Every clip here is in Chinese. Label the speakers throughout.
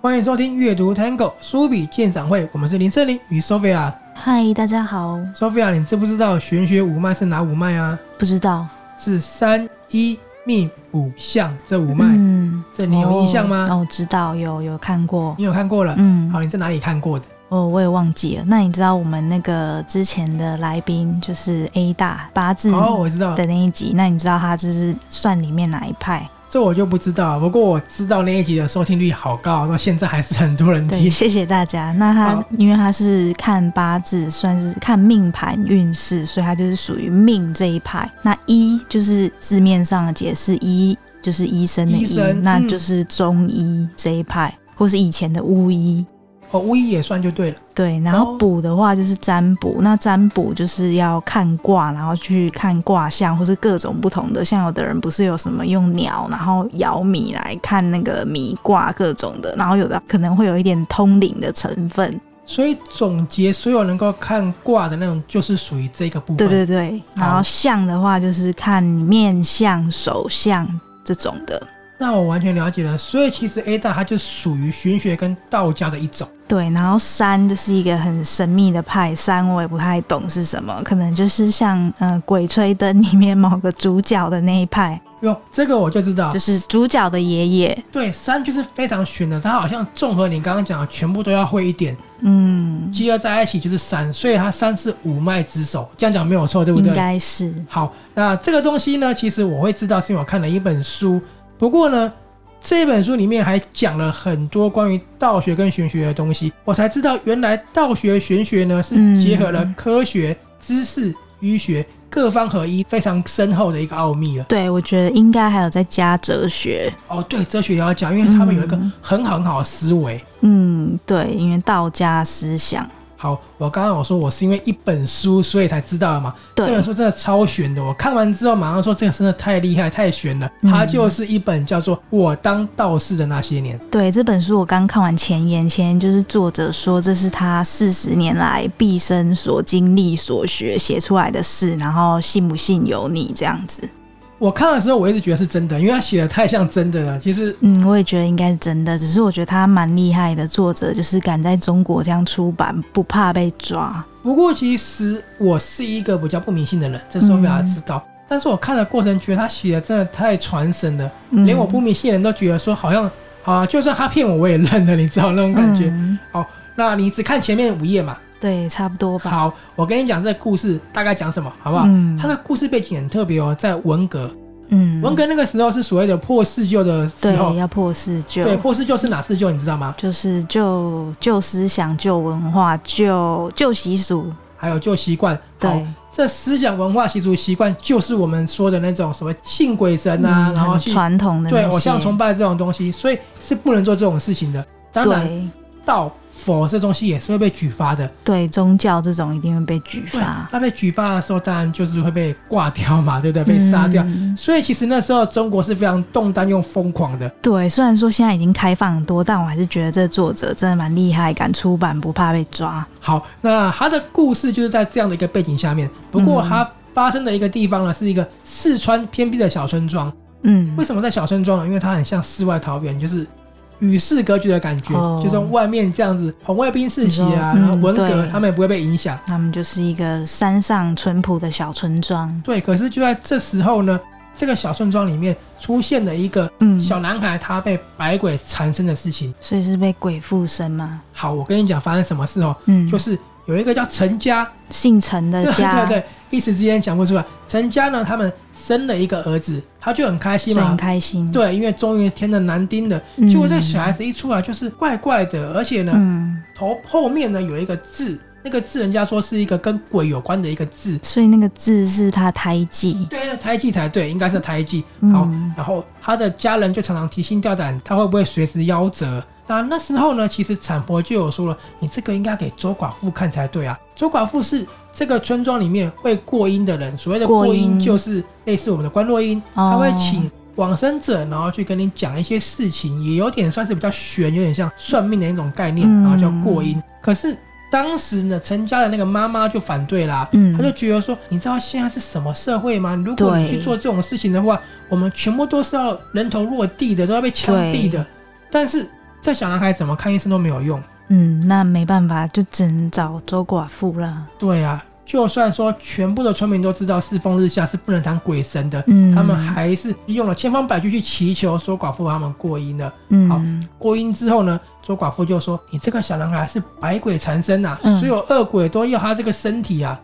Speaker 1: 欢迎收听阅读 Tango 书笔鉴赏会，我们是林瑟林与 Sophia。
Speaker 2: 嗨，大家好，
Speaker 1: Sophia，你知不知道玄学五脉是哪五脉啊？
Speaker 2: 不知道
Speaker 1: 是三一命五相这五脉，
Speaker 2: 嗯，
Speaker 1: 这你有印象吗啊
Speaker 2: 哦，哦知道，有有看过，
Speaker 1: 你有看过了？
Speaker 2: 嗯，
Speaker 1: 好，你在哪里看过的？
Speaker 2: 哦，我也忘记了。那你知道我们那个之前的来宾就是 A 大八字
Speaker 1: 哦，我知道，
Speaker 2: 的那一集，那你知道他这是算里面哪一派？
Speaker 1: 这我就不知道。不过我知道那一集的收听率好高，到现在还是很多人
Speaker 2: 对，
Speaker 1: 听。
Speaker 2: 谢谢大家。那他
Speaker 1: 好
Speaker 2: 因为他是看八字，算是看命盘运势，所以他就是属于命这一派。那医就是字面上的解释，医就是医生的
Speaker 1: 医
Speaker 2: 医，
Speaker 1: 生
Speaker 2: 那
Speaker 1: 嗯
Speaker 2: 就是中医这一派，或是以前的巫医。
Speaker 1: 哦，巫医也算就对了。
Speaker 2: 对，然后
Speaker 1: 哦
Speaker 2: 卜的话就是占卜，那占卜就是要看卦，然后去看卦象，或是各种不同的。像有的人不是有什么用鸟，然后摇米来看那个米卦各种的，然后有的可能会有一点通灵的成分。
Speaker 1: 所以总结，所有能够看卦的那种，就是属于这个部分。
Speaker 2: 对对对，
Speaker 1: 好
Speaker 2: 然后相的话就是看面相、手相这种的。
Speaker 1: 那我完全了解了。所以其实 A 大它就属于玄学跟道家的一种。
Speaker 2: 对，然后山就是一个很神秘的派，山我也不太懂是什么，可能就是像呃《鬼吹灯》里面某个主角的那一派，
Speaker 1: 哟，这个我就知道
Speaker 2: 就。是主角的爷爷。
Speaker 1: 对，三就是非常玄的，它好像综合你刚刚讲的，全部都要会一点，
Speaker 2: 嗯，
Speaker 1: 集合在一起就是三，所以它三是五脉之首，这样讲没有错，对不
Speaker 2: 应
Speaker 1: 对？
Speaker 2: 该是
Speaker 1: 好，那这个东西呢，其实我会知道是因为我看了一本书，不过呢，这本书里面还讲了很多关于道学跟玄学的东西，我才知道原来道学玄学呢是
Speaker 2: 嗯
Speaker 1: 结合了科学知识、医学各方合一，非常深厚的一个奥秘了。
Speaker 2: 对，我觉得应该还有再加哲学。
Speaker 1: 哦，对，哲学也要讲，因为他们有一个
Speaker 2: 嗯
Speaker 1: 很好很好的思维。
Speaker 2: 嗯，对，因为道家思想，
Speaker 1: 好，我刚刚我说我是因为一本书，所以才知道的嘛。这
Speaker 2: 对
Speaker 1: 本，书真的超悬的，我看完之后马上说这个真的太厉害、太悬了。
Speaker 2: 嗯
Speaker 1: 它就是一本叫做《我当道士的那些年》。
Speaker 2: 对，这本书我刚看完前言，前言就是作者说这是他四十年来毕生所经历、所学写出来的事，然后信不信由你这样子。
Speaker 1: 我看的时候我一直觉得是真的，因为它写的太像真的了。其实
Speaker 2: 嗯，我也觉得应该是真的，只是我觉得他蛮厉害的，作者就是敢在中国这样出版，不怕被抓。
Speaker 1: 不过其实我是一个比较不迷信的人，这时候被他知道。
Speaker 2: 嗯
Speaker 1: 但是我看的过程觉得他写的真的太传神了，
Speaker 2: 嗯
Speaker 1: 连我不迷信的人都觉得说好像好啊，就算他骗我我也认了，你知道那种感觉。
Speaker 2: 嗯
Speaker 1: 那你只看前面五页嘛，
Speaker 2: 对，差不多吧。
Speaker 1: 好，我跟你讲这个故事大概讲什么，好不好？
Speaker 2: 嗯
Speaker 1: 它的故事背景很特别哦，在文革，
Speaker 2: 嗯，
Speaker 1: 文革那个时候是所谓的破四旧的时候
Speaker 2: 对，，要破四旧，
Speaker 1: 对，破四旧是哪四旧，你知道吗？
Speaker 2: 就是旧旧思想、旧文化、旧旧习俗，
Speaker 1: 还有旧习惯，好，
Speaker 2: 对，
Speaker 1: 这思想文化习俗习惯就是我们说的那种什么信鬼神啊，
Speaker 2: 嗯
Speaker 1: 然后
Speaker 2: 很
Speaker 1: 去
Speaker 2: 传统的
Speaker 1: 对
Speaker 2: 那
Speaker 1: 偶像
Speaker 2: 些
Speaker 1: 崇拜这种东西，所以是不能做这种事情的。当然，
Speaker 2: 对
Speaker 1: 道佛这东西也是会被举发的，
Speaker 2: 对宗教这种一定会被举
Speaker 1: 对
Speaker 2: 发，，
Speaker 1: 他被举发的时候，当然就是会被挂掉嘛，对不对？被杀掉。
Speaker 2: 嗯
Speaker 1: 所以其实那时候中国是非常动荡又疯狂的，
Speaker 2: 对，虽然说现在已经开放很多，但我还是觉得这作者真的蛮厉害，敢出版不怕被抓。
Speaker 1: 好，那他的故事就是在这样的一个背景下面。不过
Speaker 2: 嗯
Speaker 1: 它发生的一个地方呢，是一个四川偏僻的小村庄。
Speaker 2: 嗯
Speaker 1: 为，什么在小村庄呢？因为它很像世外桃源，就是与世隔绝的感觉，
Speaker 2: 哦
Speaker 1: 就是外面这样子红卫兵世袭啊，
Speaker 2: 你说嗯
Speaker 1: 然后文革
Speaker 2: 对
Speaker 1: 他们也不会被影响。
Speaker 2: 他们就是一个山上淳朴的小村庄。
Speaker 1: 对，可是就在这时候呢，这个小村庄里面出现了一个
Speaker 2: 嗯，
Speaker 1: 小男孩，他被百鬼缠身的事情。
Speaker 2: 所以是被鬼附身嘛？
Speaker 1: 好，我跟你讲发生什么事哦，
Speaker 2: 嗯，
Speaker 1: 就是有一个叫陈家，
Speaker 2: 姓陈的
Speaker 1: 对
Speaker 2: 家，
Speaker 1: 对对，一时之间想不出来。陈家呢，他们生了一个儿子，他就很开心
Speaker 2: 所以
Speaker 1: 嘛
Speaker 2: 很。开心。，
Speaker 1: 对，因为终于添了男丁了。
Speaker 2: 嗯
Speaker 1: 结果这个小孩子一出来就是怪怪的，而且呢，
Speaker 2: 嗯。
Speaker 1: 头后面呢有一个字，那个字人家说是一个跟鬼有关的一个字。
Speaker 2: 所以那个字是他胎记。
Speaker 1: 对，胎记才对，应该是胎记。好，
Speaker 2: 嗯，
Speaker 1: 然后他的家人就常常提心吊胆，他会不会随时夭折？那那时候呢，其实产婆就有说了，你这个应该给周寡妇看才对啊。周寡妇是这个村庄里面会过阴的人，所谓的
Speaker 2: 过
Speaker 1: 过阴
Speaker 2: 阴
Speaker 1: 就是类似我们的观落阴，
Speaker 2: 哦
Speaker 1: 他会请往生者，然后去跟你讲一些事情，也有点算是比较玄，有点像算命的一种概念，
Speaker 2: 嗯
Speaker 1: 然后叫过阴。可是当时呢，陈家的那个妈妈就反对啦，
Speaker 2: 嗯
Speaker 1: 他就觉得说，你知道现在是什么社会吗？如果你
Speaker 2: 对
Speaker 1: 去做这种事情的话，我们全部都是要人头落地的，都要被枪毙的。但是这小男孩怎么看医生都没有用。
Speaker 2: 嗯，那没办法，就只能找周寡妇啦。
Speaker 1: 对啊，就算说全部的村民都知道世风日下是不能当鬼神的，
Speaker 2: 嗯，
Speaker 1: 他们还是用了千方百计去祈求周寡妇把他们过阴了。好
Speaker 2: 嗯
Speaker 1: 过阴之后呢，周寡妇就说：“你这个小男孩是百鬼缠身呐、
Speaker 2: 嗯
Speaker 1: 所有恶鬼都要他这个身体啊。”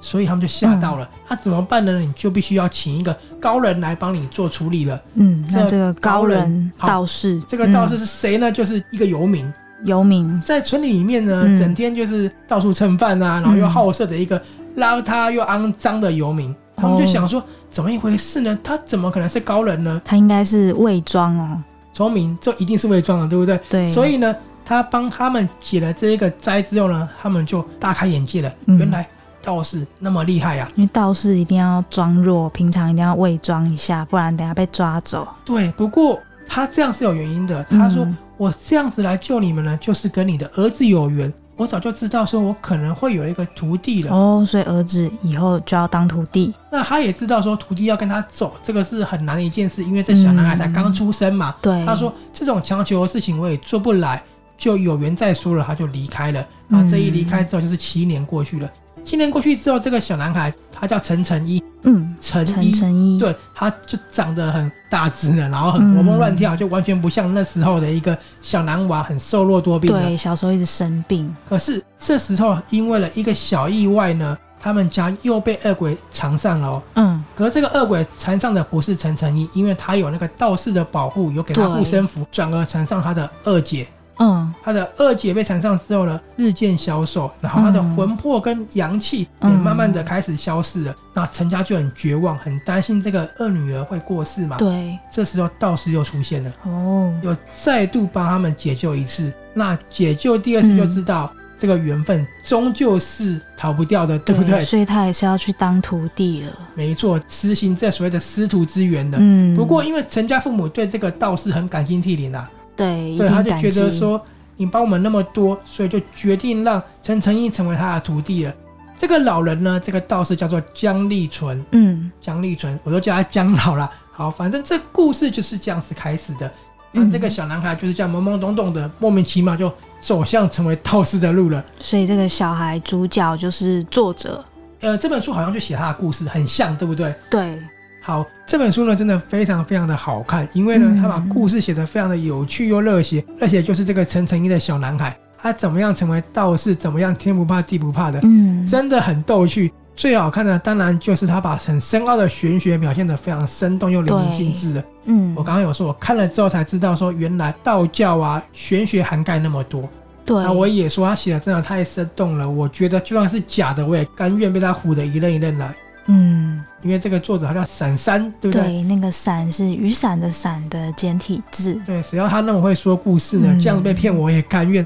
Speaker 1: 所以他们就吓到
Speaker 2: 嗯
Speaker 1: 了，那、怎么办呢？你就必须要请一个高人来帮你做处理了。
Speaker 2: 嗯，那
Speaker 1: 这
Speaker 2: 这个高
Speaker 1: 高人
Speaker 2: 人
Speaker 1: 好
Speaker 2: 道士，
Speaker 1: 这个道士
Speaker 2: 嗯
Speaker 1: 是谁呢？就是一个游民，
Speaker 2: 游民，
Speaker 1: 在村里面呢，
Speaker 2: 嗯
Speaker 1: 整天就是到处蹭饭啊，然后又好色的一个邋遢又肮脏的游民。他们就想说，怎么一回事呢？他怎么可能是高人呢？
Speaker 2: 他应该是伪装哦。
Speaker 1: 聪明就一定是伪装的，对不对？
Speaker 2: 对，
Speaker 1: 所以呢，他帮他们解了这一个灾之后呢，他们就大开眼界了，
Speaker 2: 嗯
Speaker 1: 原来道士那么厉害啊！
Speaker 2: 因为道士一定要装弱，平常一定要伪装一下，不然等下被抓走。
Speaker 1: 对，不过他这样是有原因的。他说：“
Speaker 2: 嗯
Speaker 1: 我这样子来救你们呢，就是跟你的儿子有缘。我早就知道说我可能会有一个徒弟了。”
Speaker 2: 哦，所以儿子以后就要当徒弟。
Speaker 1: 那他也知道说徒弟要跟他走，这个是很难的一件事，因为这
Speaker 2: 嗯
Speaker 1: 小男孩才刚出生嘛。
Speaker 2: 对，
Speaker 1: 他说这种强求的事情我也做不来，就有缘再说了，他就离开了。
Speaker 2: 嗯
Speaker 1: 啊，这一离开之后就是七年过去了。七年过去之后，这个小男孩他叫陈诚一，
Speaker 2: 嗯，
Speaker 1: 陈
Speaker 2: 陈
Speaker 1: 一，
Speaker 2: 诚一，，
Speaker 1: 对，他就长得很大只了，然后很活蹦乱跳，就完全不像那时候的一个小男娃，很瘦弱多病的。啊
Speaker 2: 对，小时候一直生病，
Speaker 1: 可是这时候因为了一个小意外呢，他们家又被恶鬼缠上了、哦。
Speaker 2: 嗯，
Speaker 1: 可是这个恶鬼缠上的不是陈诚一，因为他有那个道士的保护，有给他
Speaker 2: 对
Speaker 1: 护身符，转而缠上他的二姐。
Speaker 2: 嗯，
Speaker 1: 他的二姐被缠上之后呢，日渐消瘦，然后他的
Speaker 2: 嗯
Speaker 1: 魂魄跟阳气也
Speaker 2: 嗯
Speaker 1: 慢慢的开始消失了。那陈家就很绝望，很担心这个二女儿会过世嘛。
Speaker 2: 对，
Speaker 1: 这时候道士又出现了，
Speaker 2: 哦，
Speaker 1: 又再度帮他们解救一次。那解救第二次就知道、这个缘分终究是逃不掉的，对不对？
Speaker 2: 所以他还是要去当徒弟了。
Speaker 1: 没错，实行这所谓的师徒之缘的。
Speaker 2: 嗯，
Speaker 1: 不过，因为陈家父母对这个道士很感激涕零啊，
Speaker 2: 对，一
Speaker 1: 对，
Speaker 2: 定
Speaker 1: 他就
Speaker 2: 感
Speaker 1: 觉得
Speaker 2: 激，
Speaker 1: 说你帮我们那么多，所以就决定让陈诚义成为他的徒弟了。这个老人呢，这个道士叫做姜立纯，
Speaker 2: 嗯
Speaker 1: 姜立纯，我都叫他姜老啦。好，反正这故事就是这样子开始的。那
Speaker 2: 嗯
Speaker 1: 这个小男孩就是这样懵懵懂懂的，莫名其妙就走向成为道士的路了。
Speaker 2: 所以这个小孩主角就是作者，
Speaker 1: 呃，这本书好像就写他的故事，很像，对不对？
Speaker 2: 对，
Speaker 1: 好，这本书呢真的非常非常的好看，因为呢
Speaker 2: 嗯，
Speaker 1: 他把故事写得非常的有趣又热血，热血就是这个陈诚一的小男孩，他怎么样成为道士，怎么样天不怕地不怕的，
Speaker 2: 嗯，
Speaker 1: 真的很逗趣。最好看的当然就是他把很深奥的玄学表现得非常生动又淋漓尽致的。
Speaker 2: 嗯，
Speaker 1: 我刚刚有说，我看了之后才知道说，原来道教啊玄学涵盖那么多。
Speaker 2: 对，
Speaker 1: 那我也说他写的真的太生动了，我觉得就算是假的，我也甘愿被他唬得一愣一愣来。
Speaker 2: 嗯，
Speaker 1: 因为这个作者他叫闪三，对不对？
Speaker 2: 对，那个伞是雨伞的伞的简体字，
Speaker 1: 对，只要他那么会说故事呢，
Speaker 2: 嗯
Speaker 1: 这样子被骗我也甘愿。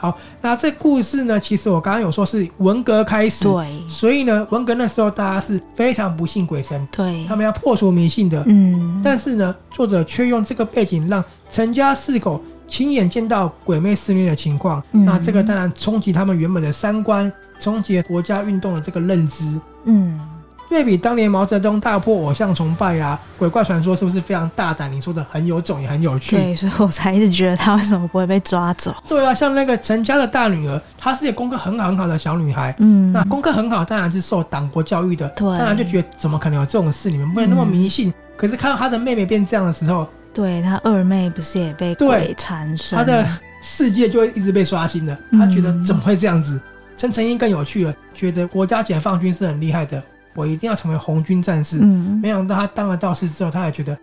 Speaker 1: 好，那这故事呢，其实我刚刚有说是文革开始，
Speaker 2: 对
Speaker 1: 所以呢，文革那时候大家是非常不信鬼神，
Speaker 2: 对
Speaker 1: 他，们要破除迷信的。
Speaker 2: 嗯，
Speaker 1: 但是呢，作者却用这个背景让陈家四口亲眼见到鬼魅肆虐的情况，
Speaker 2: 嗯
Speaker 1: 那这个当然冲击他们原本的三观，冲击了国家运动的这个认知。
Speaker 2: 嗯，
Speaker 1: 对比当年毛泽东大破偶像崇拜啊，鬼怪传说是不是非常大胆？你说的很有种，也很有趣。
Speaker 2: 对，所以我才一直觉得他为什么不会被抓走，
Speaker 1: 对啊，像那个陈家的大女儿，她是一个功课很好很好的小女孩。
Speaker 2: 嗯，
Speaker 1: 那功课很好，当然是受党国教育的，
Speaker 2: 对嗯
Speaker 1: 当然就觉得怎么可能有这种事？你们不能那么迷信。可是看到她的妹妹变这样的时候，
Speaker 2: 对他二妹不是也被
Speaker 1: 对
Speaker 2: 鬼缠身，
Speaker 1: 她的世界就会一直被刷新的。
Speaker 2: 嗯
Speaker 1: 她觉得怎么会这样子？陈诚英更有趣了，觉得国家解放军是很厉害的，我一定要成为红军战士。
Speaker 2: 嗯
Speaker 1: 没想到他当了道士之后，他也觉得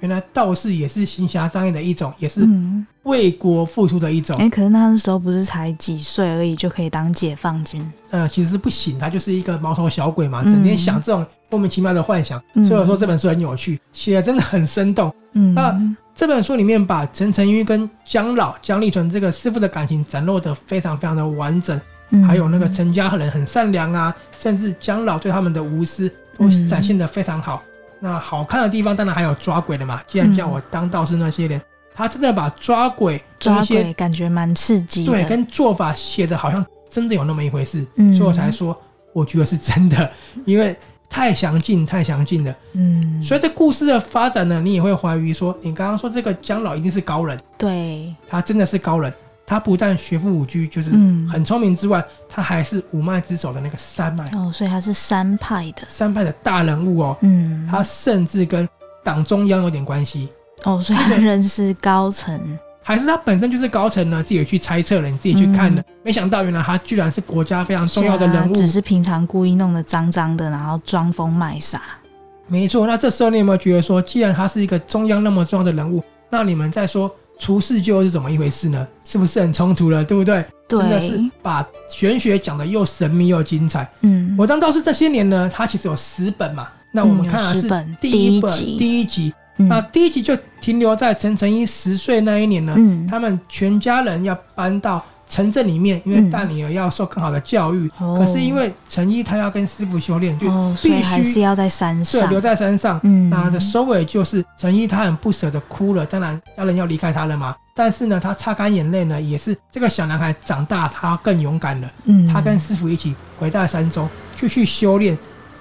Speaker 1: 原来道士也是行侠仗义的一种，也是
Speaker 2: 嗯。
Speaker 1: 为国付出的一种。
Speaker 2: 哎、可是那时候不是才几岁而已就可以当解放军？
Speaker 1: 呃，其实是不行，他就是一个毛头小鬼嘛，
Speaker 2: 嗯
Speaker 1: 整天想这种莫名其妙的幻想。
Speaker 2: 嗯
Speaker 1: 所以我说这本书很有趣，写的真的很生动。
Speaker 2: 嗯，
Speaker 1: 那这本书里面把陈诚一跟姜老、姜立纯这个师傅的感情展露的非常非常的完整，
Speaker 2: 嗯
Speaker 1: 还有那个陈家人很善良啊，甚至姜老对他们的无私都
Speaker 2: 嗯
Speaker 1: 展现的非常好。那好看的地方当然还有抓鬼的嘛，既然叫我当道士那些人，他真的把抓鬼这
Speaker 2: 抓
Speaker 1: 一些
Speaker 2: 鬼感觉蛮刺激的，
Speaker 1: 对，跟做法写的好像真的有那么一回事，
Speaker 2: 嗯
Speaker 1: 所以我才说我觉得是真的，因为太详尽、太详尽了。
Speaker 2: 嗯，
Speaker 1: 随着故事的发展呢，你也会怀疑说，你刚刚说这个姜老一定是高人，
Speaker 2: 对，
Speaker 1: 他真的是高人。他不但学富五车，就是
Speaker 2: 嗯
Speaker 1: 很聪明之外，他还是五脉之首的那个三脉
Speaker 2: 哦，所以他是山派的，
Speaker 1: 三派的大人物哦。
Speaker 2: 嗯，
Speaker 1: 他甚至跟党中央有点关系，
Speaker 2: 哦，所以他认识高层，
Speaker 1: 还是他本身就是高层呢？自己去猜测了，你自己去看的。没想到原来他居然是国家非常重要的人
Speaker 2: 嗯是啊
Speaker 1: 物。
Speaker 2: 只是平常故意弄得脏脏的，然后装疯卖傻，
Speaker 1: 没错，那这时候你有没有觉得说，既然他是一个中央那么重要的人物，那你们再说除世究又是怎么一回事呢？是不是很冲突了？对不对？
Speaker 2: 对
Speaker 1: 真的是把玄学讲的又神秘又精彩。
Speaker 2: 嗯，
Speaker 1: 我当道士这些年呢，他其实有十本嘛，那我们
Speaker 2: 嗯
Speaker 1: 看
Speaker 2: 有
Speaker 1: 的
Speaker 2: 十
Speaker 1: 是
Speaker 2: 本
Speaker 1: 第一本、
Speaker 2: 第一集
Speaker 1: 第一集，
Speaker 2: 嗯
Speaker 1: 那第一集就停留在陈诚一十岁那一年呢，
Speaker 2: 嗯
Speaker 1: 他们全家人要搬到城镇里面，因为
Speaker 2: 嗯
Speaker 1: 大女儿要受更好的教育。
Speaker 2: 哦
Speaker 1: 可是因为陈一他要跟师傅修炼，就
Speaker 2: 哦，所
Speaker 1: 必
Speaker 2: 以还是
Speaker 1: 须
Speaker 2: 要在山
Speaker 1: 对
Speaker 2: 上，
Speaker 1: 留在山上。
Speaker 2: 嗯，
Speaker 1: 那的收尾就是陈一他很不舍的哭了，当然家人要离开他了嘛。但是呢，他擦干眼泪呢，也是这个小男孩长大，他更勇敢了。
Speaker 2: 嗯，
Speaker 1: 他跟师傅一起回到山中，继续修炼，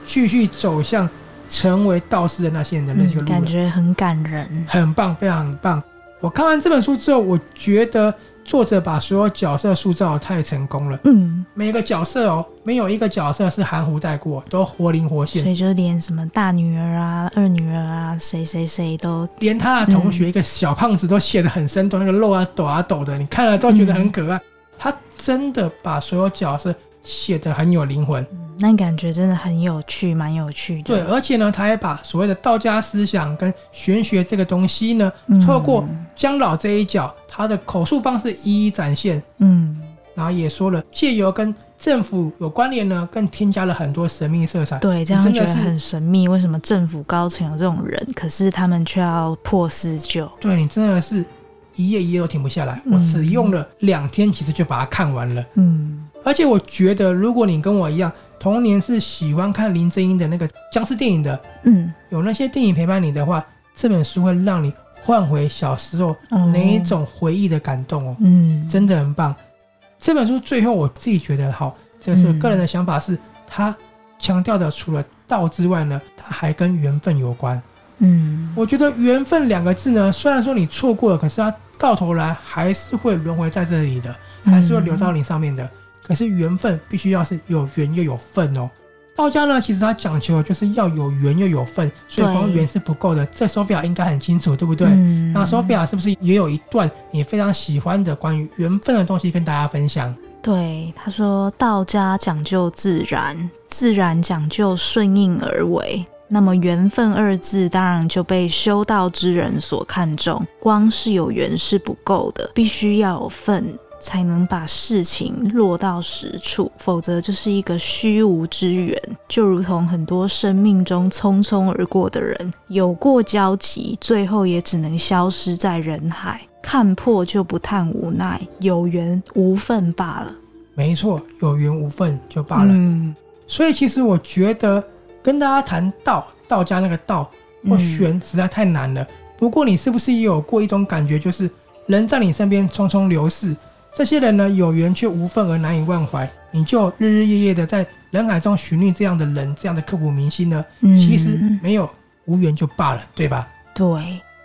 Speaker 1: 继续走向成为道士的那些人的那些
Speaker 2: 嗯
Speaker 1: 路了。
Speaker 2: 感觉很感人，
Speaker 1: 很棒，非常棒。我看完这本书之后，我觉得作者把所有角色塑造得太成功了，
Speaker 2: 嗯，
Speaker 1: 每个角色哦，没有一个角色是含糊带过，都活灵活
Speaker 2: 所
Speaker 1: 现。
Speaker 2: 以就连什么大女儿啊、二女儿啊，谁谁谁都
Speaker 1: 连他的同学一个小胖子都写得很生动，那个肉啊抖啊抖的，你看了都觉得很可爱。
Speaker 2: 嗯
Speaker 1: 他真的把所有角色写得很有灵魂，
Speaker 2: 那感觉真的很有趣，蛮有趣
Speaker 1: 对，
Speaker 2: 的。
Speaker 1: 而且呢，他也把所谓的道家思想跟玄学这个东西呢，
Speaker 2: 对
Speaker 1: 透过姜老这一角，他的口述方式一一展现，
Speaker 2: 嗯，
Speaker 1: 然后也说了，借由跟政府有关联呢，更添加了很多神秘色彩。
Speaker 2: 对，这样
Speaker 1: 真
Speaker 2: 会
Speaker 1: 的
Speaker 2: 觉得
Speaker 1: 是
Speaker 2: 很神秘。为什么政府高层有这种人，可是他们却要破四旧？
Speaker 1: 对你真的是一页一页都停不下来，
Speaker 2: 嗯
Speaker 1: 我只用了两天，其实就把它看完了。
Speaker 2: 嗯，
Speaker 1: 而且我觉得，如果你跟我一样，童年是喜欢看林正英的那个僵尸电影的，
Speaker 2: 嗯，
Speaker 1: 有那些电影陪伴你的话，这本书会让你唤回小时候
Speaker 2: 哦
Speaker 1: 那一，种回忆的感动哦，
Speaker 2: 嗯，
Speaker 1: 真的很棒。这本书最后我自己觉得好，这是我
Speaker 2: 嗯
Speaker 1: 个人的想法是，它强调的除了道之外呢，它还跟缘分有关。
Speaker 2: 嗯，
Speaker 1: 我觉得缘分两个字呢，虽然说你错过了，可是它到头来还是会轮回在这里的，还是会流到你上面的。可是缘分必须要是有缘又有份哦。道家呢，其实它讲求的就是要有缘又有份，所以
Speaker 2: 对
Speaker 1: 光缘是不够的。这 Sophia 应该很清楚，对不对？
Speaker 2: 嗯，
Speaker 1: 那 Sophia 是不是也有一段你非常喜欢的关于缘分的东西跟大家分享？
Speaker 2: 对，他说道家讲究自然，自然讲究顺应而为。那么缘分二字当然就被修道之人所看重，光是有缘是不够的，必须要有份。才能把事情落到实处，否则就是一个虚无之缘。就如同很多生命中匆匆而过的人，有过交集，最后也只能消失在人海。看破就不叹无奈，有缘无分罢了。
Speaker 1: 没错，有缘无分就罢了。
Speaker 2: 嗯，
Speaker 1: 所以其实我觉得跟大家谈道道家那个道或
Speaker 2: 嗯
Speaker 1: 玄实在太难了。不过你是不是也有过一种感觉，就是人在你身边匆匆流逝，这些人呢有缘却无分而难以忘怀，你就日日夜夜的在人海中寻觅这样的人，这样的刻骨铭心呢？
Speaker 2: 嗯
Speaker 1: 其实没有无缘就罢了，对吧？
Speaker 2: 对，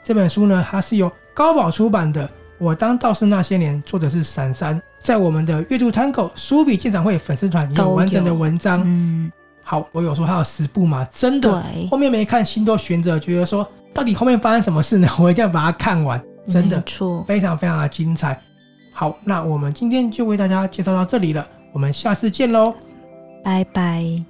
Speaker 1: 这本书呢，它是由高宝出版的，《我当道士那些年》，作者是闪闪，在我们的阅读 Tango 书笔鉴赏会粉丝团有完整的文章。
Speaker 2: 嗯，
Speaker 1: 好，我有说它有十部嘛，真的，
Speaker 2: 对，
Speaker 1: 后面没看，心都悬着，觉得说到底后面发生什么事呢？ 我一定要把它看完，真的
Speaker 2: 没错。
Speaker 1: 非常非常的精彩。好，那我们今天就为大家介绍到这里了，我们下次见喽。
Speaker 2: 拜拜。